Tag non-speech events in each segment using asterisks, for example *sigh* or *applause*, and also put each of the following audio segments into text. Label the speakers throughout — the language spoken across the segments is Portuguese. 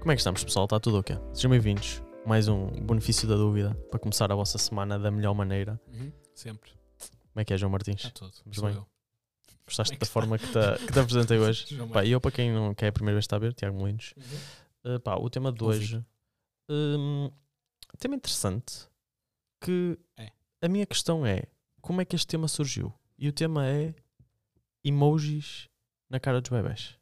Speaker 1: Como é que estamos, pessoal? Está tudo ok? Sejam bem-vindos. Mais um benefício da dúvida para começar a vossa semana da melhor maneira.
Speaker 2: Uhum, Sempre.
Speaker 1: Como é que é, João Martins?
Speaker 2: Está tudo.
Speaker 1: Mas
Speaker 2: Sou
Speaker 1: bem.
Speaker 2: eu.
Speaker 1: Gostaste
Speaker 2: Como é que
Speaker 1: da
Speaker 2: está?
Speaker 1: forma que te, que te
Speaker 2: *laughs*
Speaker 1: apresentei hoje?
Speaker 2: João
Speaker 1: Pá, e eu, para quem não quer é a primeira vez que está a ver, Tiago Molinos,
Speaker 2: Uhum.
Speaker 1: eh, pá, o tema de
Speaker 2: Ouvi.
Speaker 1: hoje. hum, tema interessante. Que
Speaker 2: É.
Speaker 1: a minha questão é: como é que este tema surgiu? E o tema é emojis na cara dos bebés.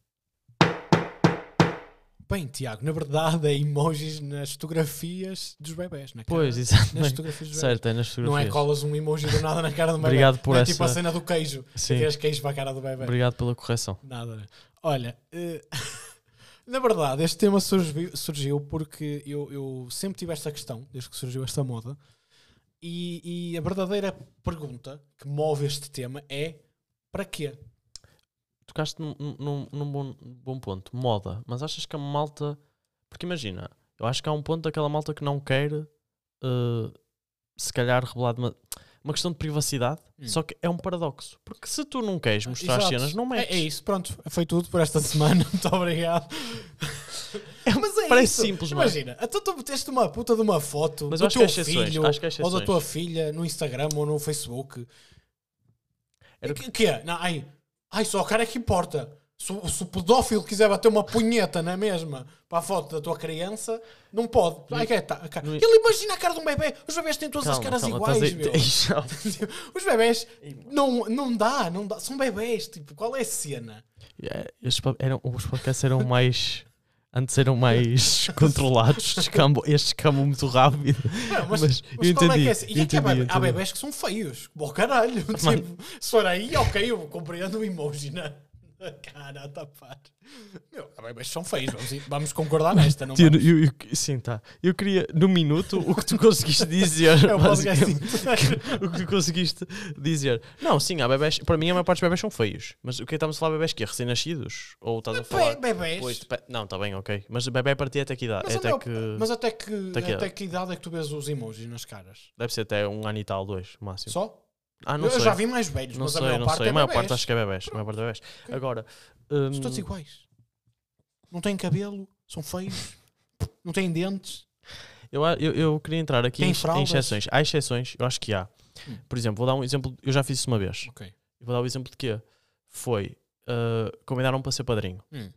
Speaker 2: Bem, Tiago, na verdade é emojis nas fotografias dos bebés, na cara.
Speaker 1: Pois, *laughs* exato.
Speaker 2: Nas fotografias dos bebés.
Speaker 1: Certo, é nas
Speaker 2: Não é
Speaker 1: fotografias.
Speaker 2: colas um emoji do nada na cara do bebê.
Speaker 1: Obrigado por
Speaker 2: Não é
Speaker 1: essa.
Speaker 2: tipo a cena do queijo.
Speaker 1: Sim,
Speaker 2: Tiras queijo para a cara do bebê.
Speaker 1: obrigado pela correção.
Speaker 2: Nada. né? Olha, eh, *laughs* na verdade, este tema surgiu, surgiu porque eu, eu sempre tive esta questão, desde que surgiu esta moda, e, e a verdadeira pergunta que move este tema é para quê?
Speaker 1: tocaste num, num- num bom, bom ponto, moda, mas achas que a malta. Porque imagina, eu acho que há um ponto daquela malta que não quer eh, se calhar revelar de uma, uma questão de privacidade,
Speaker 2: Hum.
Speaker 1: só que é um paradoxo. Porque se tu não queres mostrar as
Speaker 2: Exato.
Speaker 1: cenas, não metes.
Speaker 2: É, é isso, pronto. Foi tudo por esta *laughs* semana. Muito obrigado. Mas é
Speaker 1: um Parece
Speaker 2: isso.
Speaker 1: simples, não é?
Speaker 2: Imagina, então tu meteste uma puta de uma foto
Speaker 1: Mas eu
Speaker 2: do
Speaker 1: acho que há
Speaker 2: teu
Speaker 1: exceções,
Speaker 2: filho
Speaker 1: acho que há
Speaker 2: ou da
Speaker 1: exceções.
Speaker 2: tua filha no Instagram ou no Facebook.
Speaker 1: Era-
Speaker 2: O que, que é? Não, ai, ai, só o cara é que importa. Se, o- se o pedófilo quiser bater uma punheta na mesma para a foto da tua criança, não pode. Ai, que é, tá, cara.
Speaker 1: no-
Speaker 2: Ele imagina a cara de um bebê. Os bebés têm todas as caras
Speaker 1: calma,
Speaker 2: iguais, meu.
Speaker 1: estás *laughs* a-
Speaker 2: *laughs* Os bebés não, não dá, não dá. São bebés, tipo, qual é a cena?
Speaker 1: É, estes po- eram, os podcasts eram mais. Antes eram mais
Speaker 2: *laughs*
Speaker 1: controlados, descambam- estes escambam muito rápido.
Speaker 2: Não,
Speaker 1: Mas
Speaker 2: mas, mas,
Speaker 1: eu
Speaker 2: qual é
Speaker 1: entendi,
Speaker 2: que é a cena? E é que
Speaker 1: eu
Speaker 2: há, bebé-
Speaker 1: entendi,
Speaker 2: há
Speaker 1: entendi.
Speaker 2: bebés que são feios. Bom caralho. Tipo, se for aí, ok, eu compreendo o emoji na na cara a tapar. Meu, há bebés que são feios, vamos, ir- vamos concordar nesta, não é?
Speaker 1: Tino,
Speaker 2: vamos?
Speaker 1: eu, eu- sim, tá. Eu queria, no minuto, o que tu conseguiste dizer. *laughs*
Speaker 2: É o podcast
Speaker 1: basicamente.
Speaker 2: *laughs* inteiro.
Speaker 1: *laughs* o que tu conseguiste dizer. Não, sim, há bebés. Para mim, a maior parte dos bebés são feios. Mas o que é que estamos a falar? Bebés que é recém-nascidos? Ou estás a falar.
Speaker 2: Be- é bebés.
Speaker 1: Pois, pe- não, está bem, ok. Mas bebé para ti é até que idade?
Speaker 2: mas,
Speaker 1: É
Speaker 2: até
Speaker 1: até
Speaker 2: ao-
Speaker 1: que.
Speaker 2: mas até que,
Speaker 1: até que
Speaker 2: até que idade é que tu vês os emojis nas caras?
Speaker 1: Deve ser até um ano e tal, dois, no máximo.
Speaker 2: Só?
Speaker 1: Ah, não
Speaker 2: eu
Speaker 1: sei.
Speaker 2: já vi mais velhos,
Speaker 1: não
Speaker 2: mas
Speaker 1: sei,
Speaker 2: a maior
Speaker 1: não
Speaker 2: parte
Speaker 1: sei.
Speaker 2: é
Speaker 1: a maior
Speaker 2: bebés.
Speaker 1: parte acho que é bebés. A maior parte é bebés. Agora. hum,
Speaker 2: São todos iguais. Não têm cabelo, são *laughs* feios, não têm dentes.
Speaker 1: Eu, a- eu, eu queria entrar aqui
Speaker 2: Tem
Speaker 1: em, ex- em
Speaker 2: fraldas?
Speaker 1: exceções. Há exceções, eu acho que há.
Speaker 2: Hum.
Speaker 1: Por exemplo, vou dar um exemplo. Eu já fiz isso uma vez.
Speaker 2: Ok.
Speaker 1: Eu vou dar o exemplo de quê? Foi. ah, Convidaram-me para ser padrinho
Speaker 2: Hum.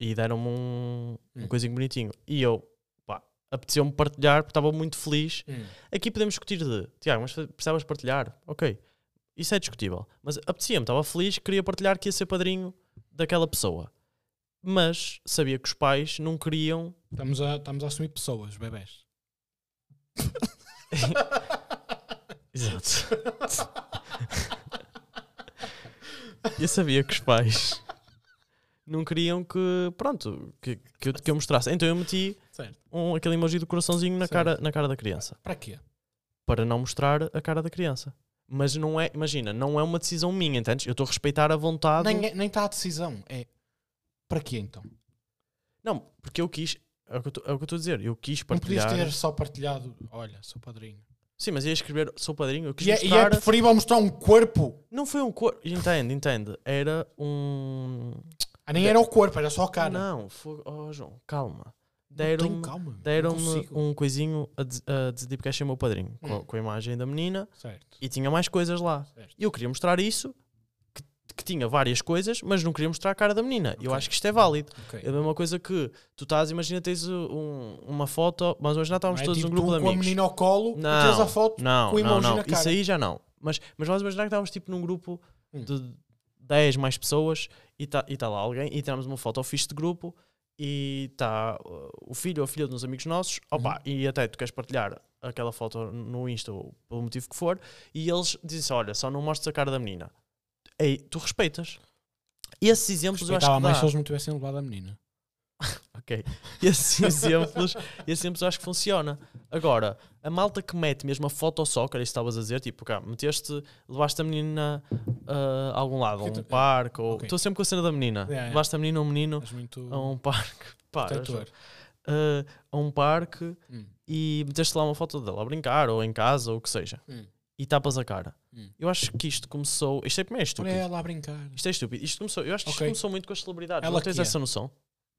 Speaker 1: e deram-me um, um
Speaker 2: Hum.
Speaker 1: coisinho bonitinho. E eu, pá, apeteceu-me partilhar porque estava muito feliz.
Speaker 2: Hum.
Speaker 1: Aqui podemos discutir de Tiago, mas fa- precisavas partilhar? Ok, isso é discutível. Mas apetecia-me, estava feliz, queria partilhar que ia ser padrinho daquela pessoa. Mas sabia que os pais não queriam.
Speaker 2: Estamos a, estamos a assumir pessoas, bebés.
Speaker 1: Exato. eu sabia que os pais não queriam que, pronto, que, que, eu, que eu mostrasse. Então eu meti
Speaker 2: Certo.
Speaker 1: um, aquele emoji do coraçãozinho na
Speaker 2: Certo.
Speaker 1: cara, na cara da criança.
Speaker 2: Para quê?
Speaker 1: Para não mostrar a cara da criança. Mas não é, imagina, não é uma decisão minha, entendes? Eu estou a respeitar a vontade.
Speaker 2: Nem, nem está a decisão. É para quê então?
Speaker 1: Não, porque eu quis. É o que eu estou- é o que eu estou a dizer. Eu quis
Speaker 2: Não podias
Speaker 1: partilhar.
Speaker 2: ter só partilhado. Olha, sou padrinho.
Speaker 1: Sim, mas ia escrever sou padrinho. Eu quis
Speaker 2: E é, e
Speaker 1: mostrar.
Speaker 2: é preferível mostrar um corpo.
Speaker 1: Não foi um corpo. Entende, entende. Era um.
Speaker 2: Ah, nem era o corpo, era só a cara.
Speaker 1: Não, foi. Oh, João, calma.
Speaker 2: Tenho
Speaker 1: Deram-me
Speaker 2: calma. não
Speaker 1: deram
Speaker 2: consigo.
Speaker 1: um coisinho a, des- a decidir porque achei meu padrinho. Com, a-
Speaker 2: Hum.
Speaker 1: com a imagem da
Speaker 2: um-
Speaker 1: menina
Speaker 2: Certo.
Speaker 1: e tinha mais coisas lá.
Speaker 2: certo.
Speaker 1: E eu queria mostrar isso, que, que tinha várias coisas, mas não queria mostrar a cara da menina. Eu
Speaker 2: Ok.
Speaker 1: acho que isto é válido.
Speaker 2: Ok.
Speaker 1: É a mesma coisa que tu estás, imagina, tens uh, um- uma foto, mas hoje não estávamos
Speaker 2: Não é
Speaker 1: todos
Speaker 2: tipo
Speaker 1: num grupo
Speaker 2: tu
Speaker 1: de
Speaker 2: com a
Speaker 1: amigos.
Speaker 2: menina ao colo e tiras
Speaker 1: Não,
Speaker 2: a foto
Speaker 1: não,
Speaker 2: com o
Speaker 1: não,
Speaker 2: emoji
Speaker 1: não.
Speaker 2: na cara.
Speaker 1: Isso aí já não. Mas, mas vamos imaginar que estávamos tipo num grupo
Speaker 2: Hum.
Speaker 1: de 10 mais pessoas e está e tá lá alguém e tiramos uma foto ao fixe de grupo e está uh, o filho ou a filha de uns amigos nossos, opa,
Speaker 2: Uhum.
Speaker 1: e até tu queres partilhar aquela foto no Insta ou pelo motivo que for, e eles dizem assim, olha, só não mostres a cara da menina. Ei, tu respeitas. Esses exemplos eu
Speaker 2: Respeitava
Speaker 1: acho que dá.
Speaker 2: mais se eles não tivessem levado a menina.
Speaker 1: Ok. *laughs* Esses exemplos, esses exemplos eu acho que funciona. Agora, a malta que mete mesmo a foto só, que era isso que estavas a dizer, tipo, cá, meteste, levaste a menina ah, a algum lado, a
Speaker 2: Que
Speaker 1: um
Speaker 2: tu-
Speaker 1: parque, ou.
Speaker 2: ok.
Speaker 1: Estou sempre com a cena da menina.
Speaker 2: Yeah, yeah.
Speaker 1: Levaste a menina ou um menino
Speaker 2: És muito
Speaker 1: a um
Speaker 2: *laughs*
Speaker 1: parque. Pá,
Speaker 2: protetor.
Speaker 1: ah, a um parque
Speaker 2: Hum.
Speaker 1: e meteste lá uma foto dela a brincar, ou em casa, ou o que seja.
Speaker 2: Hum.
Speaker 1: E tapas a cara.
Speaker 2: Hum.
Speaker 1: Eu acho que isto começou. Isto é, é
Speaker 2: Olha
Speaker 1: estúpido.
Speaker 2: ela a brincar.
Speaker 1: Isto é estúpido. Isto começou, eu acho que isto
Speaker 2: Ok.
Speaker 1: começou muito com as celebridades.
Speaker 2: Ela
Speaker 1: não tens
Speaker 2: que é.
Speaker 1: essa noção?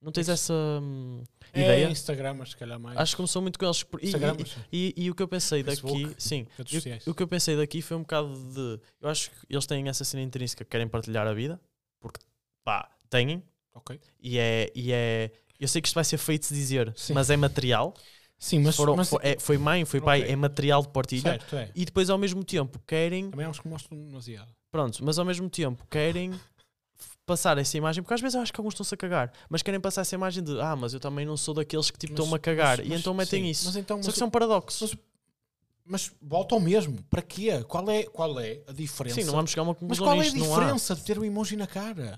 Speaker 1: Não tens essa hum,
Speaker 2: É
Speaker 1: ideia?
Speaker 2: Instagram, mas se calhar mais.
Speaker 1: Acho que começou muito com eles. por- E,
Speaker 2: Instagram,
Speaker 1: e-
Speaker 2: mas-
Speaker 1: e- e o que eu pensei
Speaker 2: Facebook.
Speaker 1: daqui. Sim.
Speaker 2: Redes
Speaker 1: E o-
Speaker 2: sociais.
Speaker 1: o que eu pensei daqui foi um bocado de. Eu acho que eles têm essa cena intrínseca que querem partilhar a vida. Porque, pá, têm.
Speaker 2: Ok.
Speaker 1: E é. E é eu sei que isto vai ser feio de se dizer,
Speaker 2: Sim.
Speaker 1: mas é material.
Speaker 2: Sim, mas,
Speaker 1: Foram-
Speaker 2: mas
Speaker 1: foi, é- foi mãe, foi pai,
Speaker 2: Ok.
Speaker 1: é material de partilha.
Speaker 2: certo, é.
Speaker 1: E depois, ao mesmo tempo, querem.
Speaker 2: Também há uns que mostram demasiado.
Speaker 1: Pronto, mas ao mesmo tempo, querem f- passar essa imagem. Porque às vezes eu acho que alguns estão-se a cagar. Mas querem passar essa imagem de. Ah, mas eu também não sou daqueles que tipo
Speaker 2: Mas-
Speaker 1: estão-me a cagar.
Speaker 2: mas-
Speaker 1: e
Speaker 2: mas-
Speaker 1: então metem
Speaker 2: sim,
Speaker 1: isso. é um
Speaker 2: Mas então,
Speaker 1: Só
Speaker 2: mas,
Speaker 1: que são paradoxos.
Speaker 2: mas volta ao mesmo. Para quê? Qual é, qual é a diferença?
Speaker 1: Sim, não vamos chegar a uma
Speaker 2: mas
Speaker 1: conclusão
Speaker 2: qual é a
Speaker 1: nisto, não há.
Speaker 2: diferença de ter o emoji na cara?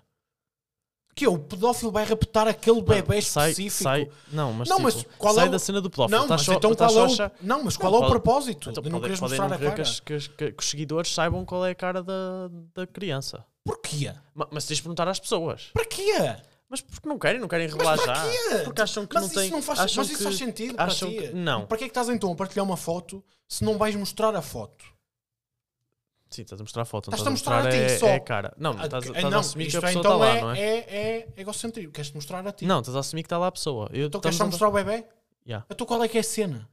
Speaker 2: Que é, o pedófilo vai raptar aquele bebê
Speaker 1: sai,
Speaker 2: É, específico.
Speaker 1: sai, não, mas,
Speaker 2: Não,
Speaker 1: tipo,
Speaker 2: mas qual
Speaker 1: sai
Speaker 2: é o-
Speaker 1: da cena do pedófilo. Tá
Speaker 2: Não,
Speaker 1: Estás
Speaker 2: mas
Speaker 1: só,
Speaker 2: então
Speaker 1: estás
Speaker 2: qual é
Speaker 1: só
Speaker 2: o,
Speaker 1: a achar-
Speaker 2: não, mas
Speaker 1: Não,
Speaker 2: qual é o
Speaker 1: pode-
Speaker 2: propósito
Speaker 1: Então,
Speaker 2: de não
Speaker 1: podem-
Speaker 2: quereres
Speaker 1: podem
Speaker 2: mostrar
Speaker 1: não
Speaker 2: a
Speaker 1: querer
Speaker 2: cara?
Speaker 1: Que, as- que as- que- que os seguidores saibam qual é a cara da, da criança.
Speaker 2: Porquê?
Speaker 1: Ma- Mas tens de perguntar às pessoas.
Speaker 2: Para quê?
Speaker 1: Mas porque não querem, não querem revelar
Speaker 2: Mas para
Speaker 1: já.
Speaker 2: quê?
Speaker 1: Porque acham que
Speaker 2: mas
Speaker 1: não
Speaker 2: isso
Speaker 1: tem.
Speaker 2: não faz,
Speaker 1: acham
Speaker 2: mas isso
Speaker 1: que-
Speaker 2: faz sentido
Speaker 1: acham
Speaker 2: para ti?
Speaker 1: que- não.
Speaker 2: Para que é que estás então a partilhar uma foto se não vais mostrar a foto?
Speaker 1: Sim, estás a mostrar a foto. Não
Speaker 2: Estás-a
Speaker 1: estás a mostrar,
Speaker 2: mostrar a ti
Speaker 1: é,
Speaker 2: só.
Speaker 1: é a cara. Não, não, estás,
Speaker 2: Ah,
Speaker 1: estás a assumir que
Speaker 2: isto
Speaker 1: a
Speaker 2: é,
Speaker 1: pessoa está
Speaker 2: então
Speaker 1: lá,
Speaker 2: é,
Speaker 1: não é?
Speaker 2: É, é egocêtrico, queres-te mostrar a ti.
Speaker 1: Não, estás a assumir que está lá a pessoa. Eu,
Speaker 2: Então
Speaker 1: estamos
Speaker 2: queres só
Speaker 1: a-
Speaker 2: mostrar o bebê?
Speaker 1: Yeah.
Speaker 2: Então qual é que é a cena?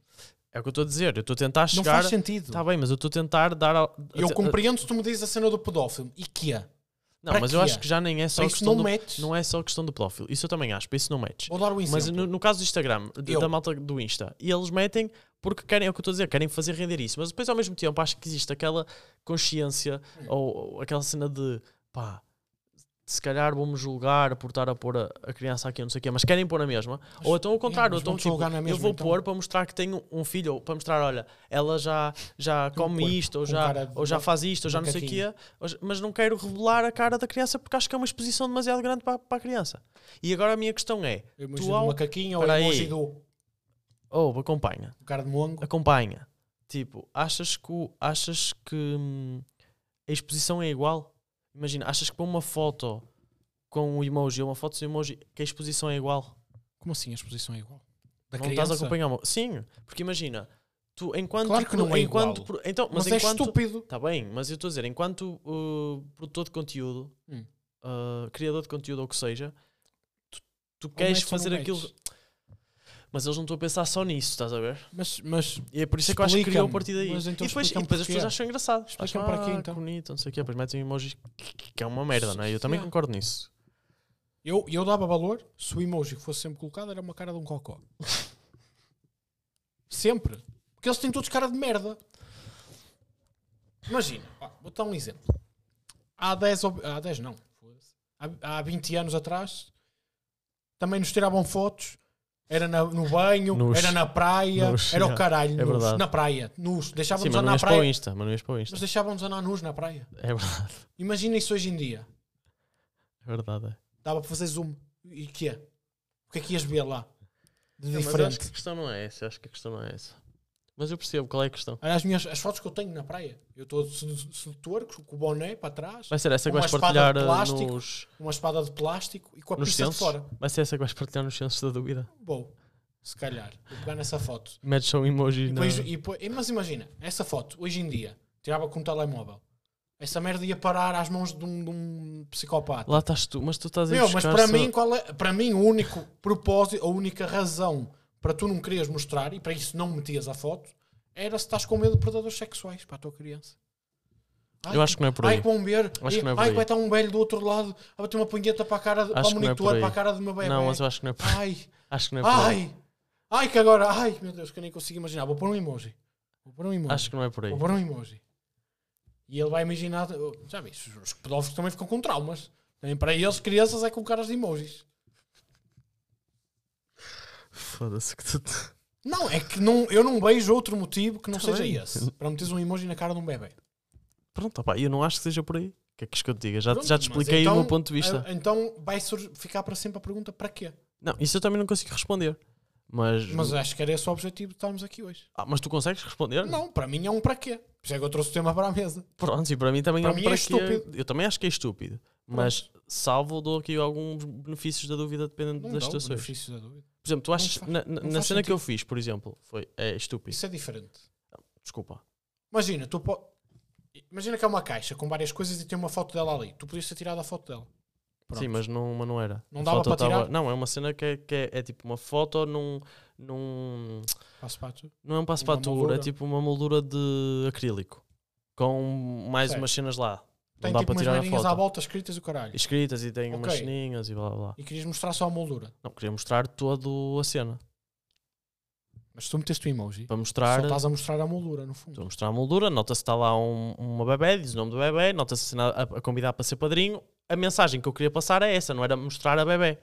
Speaker 1: É o que eu estou a dizer. Eu estou a tentar
Speaker 2: Não
Speaker 1: chegar. Tá
Speaker 2: faz sentido.
Speaker 1: Está bem, mas eu estou a tentar dar. ao-
Speaker 2: Eu
Speaker 1: a-
Speaker 2: compreendo se tu me dizes a cena do pedófilo. E que é?
Speaker 1: Não,
Speaker 2: Para
Speaker 1: mas eu
Speaker 2: quê?
Speaker 1: acho que já nem é só
Speaker 2: Para isso
Speaker 1: questão
Speaker 2: não
Speaker 1: do,
Speaker 2: metes.
Speaker 1: não é só questão do pedófilo. Isso eu também acho, para isso não metes.
Speaker 2: Vou dar um exemplo.
Speaker 1: Mas no, no caso do Instagram, de-
Speaker 2: Eu.
Speaker 1: da malta do Insta, e eles metem porque querem, é o que eu estou a dizer, querem fazer render isso. Mas depois ao mesmo tempo acho que existe aquela consciência ou, ou aquela cena de pá, se calhar vamos julgar por estar a pôr a, a criança aqui, não sei o quê, mas querem pôr a mesma. ou então ao contrário,
Speaker 2: mas
Speaker 1: ou então
Speaker 2: vamos
Speaker 1: tipo,
Speaker 2: julgar na
Speaker 1: eu
Speaker 2: mesma,
Speaker 1: vou
Speaker 2: então.
Speaker 1: pôr para mostrar que tenho um filho, ou para mostrar, olha, ela já, já come
Speaker 2: corpo
Speaker 1: isto, ou
Speaker 2: com
Speaker 1: já,
Speaker 2: um cara de
Speaker 1: ou já
Speaker 2: ma-
Speaker 1: faz isto, ou já não sei o quê, ou- mas não quero revelar a cara da criança porque acho que é uma exposição demasiado grande para, para a criança. E agora a minha questão é,
Speaker 2: Emoji
Speaker 1: tu
Speaker 2: do
Speaker 1: ao
Speaker 2: macaquinho ou
Speaker 1: Espera aí.
Speaker 2: emoji do
Speaker 1: Oh, acompanha.
Speaker 2: um cara de mongo?
Speaker 1: Acompanha. Tipo, achas que, o- achas que hum, a exposição é igual? Imagina, achas que para uma foto com o emoji ou uma foto sem emoji, que a exposição é igual?
Speaker 2: Como assim a exposição é igual? Da
Speaker 1: não estás a acompanhar. uma- Sim, porque imagina, tu enquanto.
Speaker 2: Claro que não é
Speaker 1: enquanto,
Speaker 2: igual.
Speaker 1: pro- Então, mas,
Speaker 2: Mas, é
Speaker 1: enquanto.
Speaker 2: estúpido.
Speaker 1: Está bem, mas eu estou a dizer, enquanto uh, produtor de conteúdo,
Speaker 2: Hum.
Speaker 1: uh, criador de conteúdo ou o que seja, tu, tu
Speaker 2: Ou
Speaker 1: queres
Speaker 2: metes ou é não
Speaker 1: fazer aquilo.
Speaker 2: metes.
Speaker 1: Mas eles não estão a pensar só nisso, estás a ver?
Speaker 2: Mas, mas
Speaker 1: E é por isso é que eu acho que criou a
Speaker 2: Explica-me.
Speaker 1: partir daí.
Speaker 2: Mas então
Speaker 1: e depois, e
Speaker 2: explica-me
Speaker 1: depois as
Speaker 2: porquê.
Speaker 1: pessoas acham engraçado.
Speaker 2: Explica-me
Speaker 1: Acham,
Speaker 2: para quê,
Speaker 1: "Ah,
Speaker 2: então?"
Speaker 1: que bonito, não sei o quê. Depois metem emojis que- que é uma merda, não é? Eu também
Speaker 2: Yeah.
Speaker 1: concordo nisso.
Speaker 2: eu, eu dava valor se o emoji que fosse sempre colocado era uma cara de um cocó. sempre. Porque eles têm todos cara de merda. Imagina, ó, vou dar um exemplo. Há 10, ob- há 10 não, foda-se. há, há 20 anos atrás também nos tiravam fotos. Era na- no banho,
Speaker 1: Nus.
Speaker 2: era na praia,
Speaker 1: Nus,
Speaker 2: era o
Speaker 1: yeah.
Speaker 2: caralho,
Speaker 1: É
Speaker 2: nus,
Speaker 1: verdade.
Speaker 2: na praia, nus.
Speaker 1: Sim,
Speaker 2: Deixávamos
Speaker 1: mas
Speaker 2: andar
Speaker 1: não é
Speaker 2: na
Speaker 1: és para o
Speaker 2: praia.
Speaker 1: Insta. Mas não és para o Insta.
Speaker 2: Mas deixávamos andar nus na praia.
Speaker 1: É verdade. *laughs*
Speaker 2: Imagina isso hoje em dia.
Speaker 1: É verdade. é.
Speaker 2: Dava para fazer zoom. E que é? O que é que ias ver lá? De
Speaker 1: Não, É, mas eu acho
Speaker 2: diferente.
Speaker 1: que a questão não é essa. eu Acho que a questão não é essa. Mas eu percebo qual é a questão.
Speaker 2: Olha as minhas as fotos que eu tenho na praia. Eu estou sed- sedutor, com o boné para trás,
Speaker 1: Vai ser essa que
Speaker 2: Uma
Speaker 1: vais
Speaker 2: espada
Speaker 1: partilhar
Speaker 2: de
Speaker 1: eh,
Speaker 2: plástico.
Speaker 1: nos,
Speaker 2: uma espada de plástico e com a
Speaker 1: nos
Speaker 2: pista de
Speaker 1: censos.
Speaker 2: fora.
Speaker 1: Vai ser essa que vais partilhar nos censos da dúvida.
Speaker 2: Bom, se calhar. Vou pegar nessa foto.
Speaker 1: Metes só um emoji
Speaker 2: E
Speaker 1: na-
Speaker 2: depois- e depois- mas imagina, essa foto, hoje em dia, tirava com um telemóvel. Essa merda ia parar às mãos de um, de um psicopata.
Speaker 1: Lá estás tu. Mas tu estás a ir
Speaker 2: Meu, mas
Speaker 1: buscar
Speaker 2: para
Speaker 1: só-
Speaker 2: mim, qual é, para mim, o único propósito, a única razão para tu não querias mostrar e para isso não metias a foto era se estás com medo de predadores sexuais para a tua criança. Ai,
Speaker 1: Eu acho que não é por
Speaker 2: Ai
Speaker 1: aí.
Speaker 2: que vão ver,
Speaker 1: Acho que não é
Speaker 2: ai
Speaker 1: por
Speaker 2: que
Speaker 1: aí.
Speaker 2: vai estar um velho do outro lado a bater uma punheta para, a cara, de- para
Speaker 1: Acho
Speaker 2: o
Speaker 1: que não é
Speaker 2: monitor,
Speaker 1: por aí.
Speaker 2: para a cara do meu bebê.
Speaker 1: Não, mas eu acho que não é por
Speaker 2: Ai,
Speaker 1: Acho que não é por aí.
Speaker 2: ai, ai que agora, ai meu Deus, que eu nem consigo imaginar. Vou pôr um emoji, vou pôr um emoji,
Speaker 1: Acho que não é por aí.
Speaker 2: vou pôr um emoji. E ele vai imaginar, já viste, os pedófilos também ficam com traumas. Também para eles, crianças é com caras de emojis.
Speaker 1: Foda-se que tu. te-
Speaker 2: Não, é que não, eu não vejo outro motivo que não
Speaker 1: Tá
Speaker 2: seja
Speaker 1: bem.
Speaker 2: esse. Para meteres um emoji na cara de um bebê.
Speaker 1: Pronto, opá, eu não acho que seja por aí. O que é que és que eu te diga? Já,
Speaker 2: Pronto,
Speaker 1: já te
Speaker 2: mas
Speaker 1: expliquei
Speaker 2: então-
Speaker 1: o meu ponto de vista.
Speaker 2: ah, Então vai sur- ficar para sempre a pergunta para quê?
Speaker 1: Não, isso eu também não consigo responder. Mas,
Speaker 2: Mas
Speaker 1: mas,
Speaker 2: acho que era esse o objetivo de estarmos aqui hoje.
Speaker 1: ah, mas tu consegues responder?
Speaker 2: Não, para mim é um para quê. Por isso é que eu trouxe o tema para a mesa.
Speaker 1: Pronto, e para mim também
Speaker 2: Para
Speaker 1: é um
Speaker 2: mim é
Speaker 1: para quê.
Speaker 2: estúpido.
Speaker 1: Eu também acho que é estúpido. Mas salvo dou aqui alguns benefícios da dúvida dependendo das
Speaker 2: Não dá o
Speaker 1: situações.
Speaker 2: benefício da dúvida.
Speaker 1: Por exemplo, tu achas
Speaker 2: faz-
Speaker 1: na, na-
Speaker 2: não
Speaker 1: na
Speaker 2: faz
Speaker 1: cena que eu fiz, por exemplo, foi é estúpido.
Speaker 2: Isso é diferente.
Speaker 1: Desculpa.
Speaker 2: Imagina, tu po- Imagina que é uma caixa com várias coisas e tem uma foto dela ali. Tu podias ter tirado a foto dela. Pronto.
Speaker 1: Sim, mas não, mas não era.
Speaker 2: Não
Speaker 1: A
Speaker 2: dava
Speaker 1: foto
Speaker 2: para
Speaker 1: tava-
Speaker 2: tirar?
Speaker 1: Não, é uma cena que é, que é, é tipo uma foto num. num
Speaker 2: Passo para tu.
Speaker 1: não é um passo
Speaker 2: Uma
Speaker 1: para tour,
Speaker 2: moldura.
Speaker 1: é tipo uma moldura de acrílico. Com mais
Speaker 2: Certo.
Speaker 1: umas cenas lá.
Speaker 2: Tem
Speaker 1: não dá
Speaker 2: tipo
Speaker 1: para
Speaker 2: umas
Speaker 1: tirar a
Speaker 2: meirinhas
Speaker 1: foto.
Speaker 2: à volta escritas e o caralho.
Speaker 1: Escritas e tem umas
Speaker 2: Ok.
Speaker 1: ceninhas e blá blá blá.
Speaker 2: E querias mostrar só a moldura.
Speaker 1: Não, queria mostrar toda a cena.
Speaker 2: Mas tu meteste o emoji.
Speaker 1: Para
Speaker 2: Só
Speaker 1: mostrar.
Speaker 2: estás a mostrar a moldura, no fundo.
Speaker 1: Estou a mostrar a moldura, nota-se que está lá um- uma bebé, diz o nome do bebé, nota-se a cena a, a convidar para ser padrinho. A mensagem que eu queria passar é essa, não era mostrar a bebé.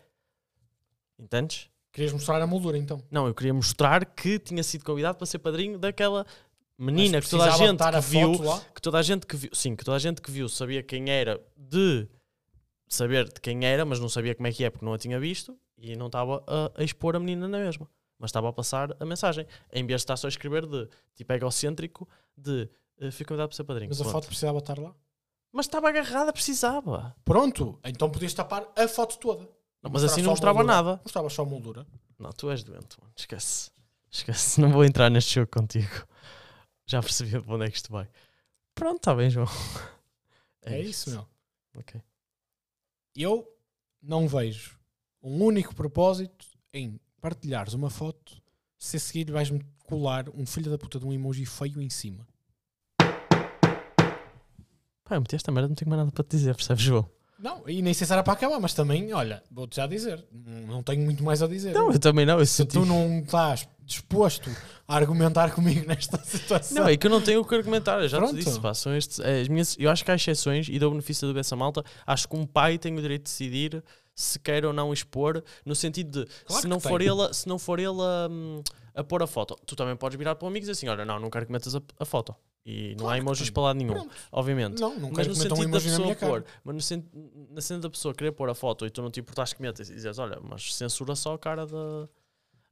Speaker 1: Entendes?
Speaker 2: Querias mostrar a moldura, então.
Speaker 1: Não, eu queria mostrar que tinha sido convidado para ser padrinho daquela menina
Speaker 2: Mas
Speaker 1: que toda a
Speaker 2: precisava
Speaker 1: gente
Speaker 2: estar
Speaker 1: que viu,
Speaker 2: foto lá.
Speaker 1: que toda a gente que viu, sim, que toda a gente que viu sabia quem era de saber de quem era, mas não sabia como é que é porque não a tinha visto e não estava a, a expor a menina na mesma, mas estava a passar a mensagem, em vez de estar só a escrever de tipo egocêntrico de eh, fui convidado para ser padrinho.
Speaker 2: Mas a
Speaker 1: Pronto.
Speaker 2: foto precisava estar lá.
Speaker 1: Mas estava agarrada, precisava.
Speaker 2: Pronto, então podias tapar a foto toda.
Speaker 1: Não,
Speaker 2: E
Speaker 1: mas
Speaker 2: mostrar
Speaker 1: assim
Speaker 2: só
Speaker 1: não
Speaker 2: a
Speaker 1: mostrava
Speaker 2: moldura.
Speaker 1: nada.
Speaker 2: Mostrava só a moldura.
Speaker 1: Não, tu és doente, mano. Esquece. Esquece. *laughs* Não vou entrar neste jogo contigo. Já percebi de onde é que isto vai. Pronto, está bem, João. *laughs*
Speaker 2: É, isso, meu.
Speaker 1: Ok.
Speaker 2: Eu não vejo um único propósito em partilhares uma foto se a seguir vais-me colar um filho da puta de um emoji feio em cima.
Speaker 1: Pá, eu meti esta merda, não tenho mais nada para te dizer, percebes, João?
Speaker 2: Não, e nem sei se era para acabar, mas também, olha, vou-te já dizer, não não tenho muito mais a dizer.
Speaker 1: Não, eu também não. Eu
Speaker 2: se
Speaker 1: senti...
Speaker 2: tu não estás disposto a argumentar *laughs* comigo nesta situação.
Speaker 1: Não, é que eu não tenho o que argumentar, eu já
Speaker 2: Pronto.
Speaker 1: te disse, pá, são estes, é, as minhas, eu acho que há exceções e dou benefício da doença à malta, acho que um pai tem o direito de decidir se quer ou não expor, no sentido de, se,
Speaker 2: Claro que
Speaker 1: não for
Speaker 2: tem.
Speaker 1: ele, se não for ele hum, a pôr a foto, tu também podes virar para o amigo e dizer assim, olha, não, não quero que metas a, a foto. E não
Speaker 2: Claro
Speaker 1: há
Speaker 2: que
Speaker 1: emojis
Speaker 2: tem.
Speaker 1: para lado nenhum,
Speaker 2: Pronto.
Speaker 1: obviamente.
Speaker 2: não, não
Speaker 1: Mas no
Speaker 2: quero
Speaker 1: sentido
Speaker 2: comentar um
Speaker 1: da
Speaker 2: emoji na
Speaker 1: pessoa
Speaker 2: minha cara.
Speaker 1: pôr, mas no sen- na cena da pessoa querer pôr a foto e tu não te importaste que metas e dizes, olha, mas censura só a cara da.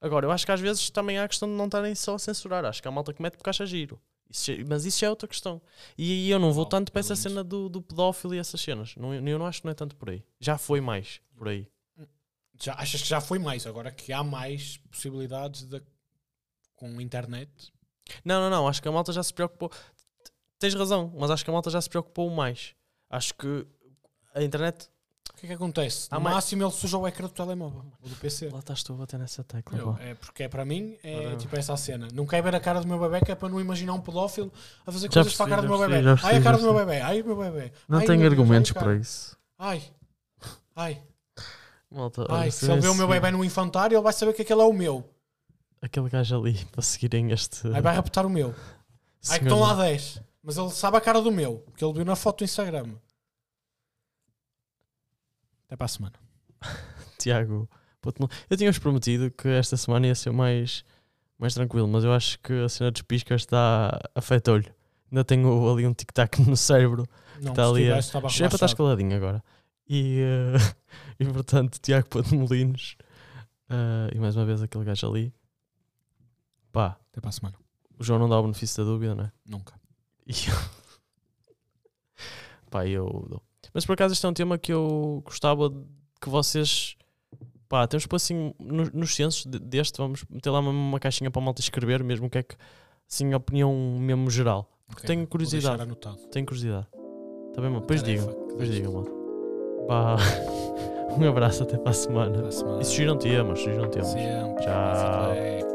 Speaker 1: Agora, eu acho que às vezes também há a questão de não estarem só a censurar. Acho que há malta que mete porque acha giro. Isso já- mas isso já é outra questão. E, e eu não vou
Speaker 2: Oh,
Speaker 1: tanto para
Speaker 2: é
Speaker 1: essa
Speaker 2: lindo.
Speaker 1: cena do, do pedófilo e essas cenas. Não, eu não acho que não é tanto por aí. Já foi mais por aí.
Speaker 2: Já, achas que já foi mais, agora que há mais possibilidades de, com internet.
Speaker 1: Não, não, não. Acho que a malta já se preocupou. T- Tens razão, mas acho que a malta já se preocupou mais. Acho que a internet.
Speaker 2: O que é que acontece? No
Speaker 1: Há mais-
Speaker 2: máximo ele suja o ecrã do telemóvel ou do PC.
Speaker 1: Lá estás tu a bater nessa tecla.
Speaker 2: Eu,
Speaker 1: vá.
Speaker 2: é porque é para mim é
Speaker 1: Ora.
Speaker 2: tipo essa a cena. Não quero ver a cara do meu bebê que é para não imaginar um pedófilo a fazer
Speaker 1: Já
Speaker 2: coisas para a
Speaker 1: percebi,
Speaker 2: cara do
Speaker 1: já
Speaker 2: meu
Speaker 1: percebi,
Speaker 2: bebê.
Speaker 1: já
Speaker 2: Ai, a cara do
Speaker 1: percebi,
Speaker 2: meu bebê. Ai, o meu bebê.
Speaker 1: Não
Speaker 2: Ai,
Speaker 1: tenho
Speaker 2: meu Deus,
Speaker 1: argumentos
Speaker 2: ai,
Speaker 1: para
Speaker 2: cara.
Speaker 1: isso.
Speaker 2: Ai. Ai,
Speaker 1: Malta, olha,
Speaker 2: ai, se ele
Speaker 1: vê
Speaker 2: vê o
Speaker 1: se
Speaker 2: meu bebê no infantário, ele vai saber que aquele é o meu.
Speaker 1: Aquele gajo ali, *laughs* para seguirem este.
Speaker 2: Aí vai reputar o meu. Ai, que
Speaker 1: senhor.
Speaker 2: estão lá 10. Mas ele sabe a cara do meu, porque ele viu na foto do Instagram. Até para a semana.
Speaker 1: Tiago. puto, não- Eu tinha-vos prometido que esta semana ia ser mais, mais tranquilo, mas eu acho que a cena dos piscas está. afetou-lhe. Ainda tenho ali um tic-tac no cérebro. Está
Speaker 2: Não, se
Speaker 1: Tá ali a-
Speaker 2: tivesse, estava
Speaker 1: Cheguei para estar
Speaker 2: relaxado.
Speaker 1: escaladinho agora. E, eh, *laughs* e portanto, Tiago Pato de Molinos. eh, e mais uma vez aquele gajo ali. Pá,
Speaker 2: Até para a semana.
Speaker 1: o João não dá o benefício da dúvida, não é?
Speaker 2: Nunca.
Speaker 1: E eu... Pá, eu dou. Mas por acaso este é um tema que eu gostava de- que vocês... Pá, temos que pôr assim, no- nos censos de- deste, vamos meter lá uma, uma caixinha para a malta escrever mesmo o que é que... Assim, a opinião mesmo geral.
Speaker 2: Ok,
Speaker 1: Tenho
Speaker 2: vou deixar
Speaker 1: curiosidade.
Speaker 2: anotado.
Speaker 1: Tenho curiosidade. Tá bem, mano? Depois
Speaker 2: Tarefa
Speaker 1: digam.
Speaker 2: que
Speaker 1: Depois
Speaker 2: deixas.
Speaker 1: digam, mano. Pá, *laughs* um abraço até para a
Speaker 2: Até
Speaker 1: semana.
Speaker 2: para a semana.
Speaker 1: E sugiram temas, sugiram temas.
Speaker 2: Sempre.
Speaker 1: Tchau.
Speaker 2: Feedback.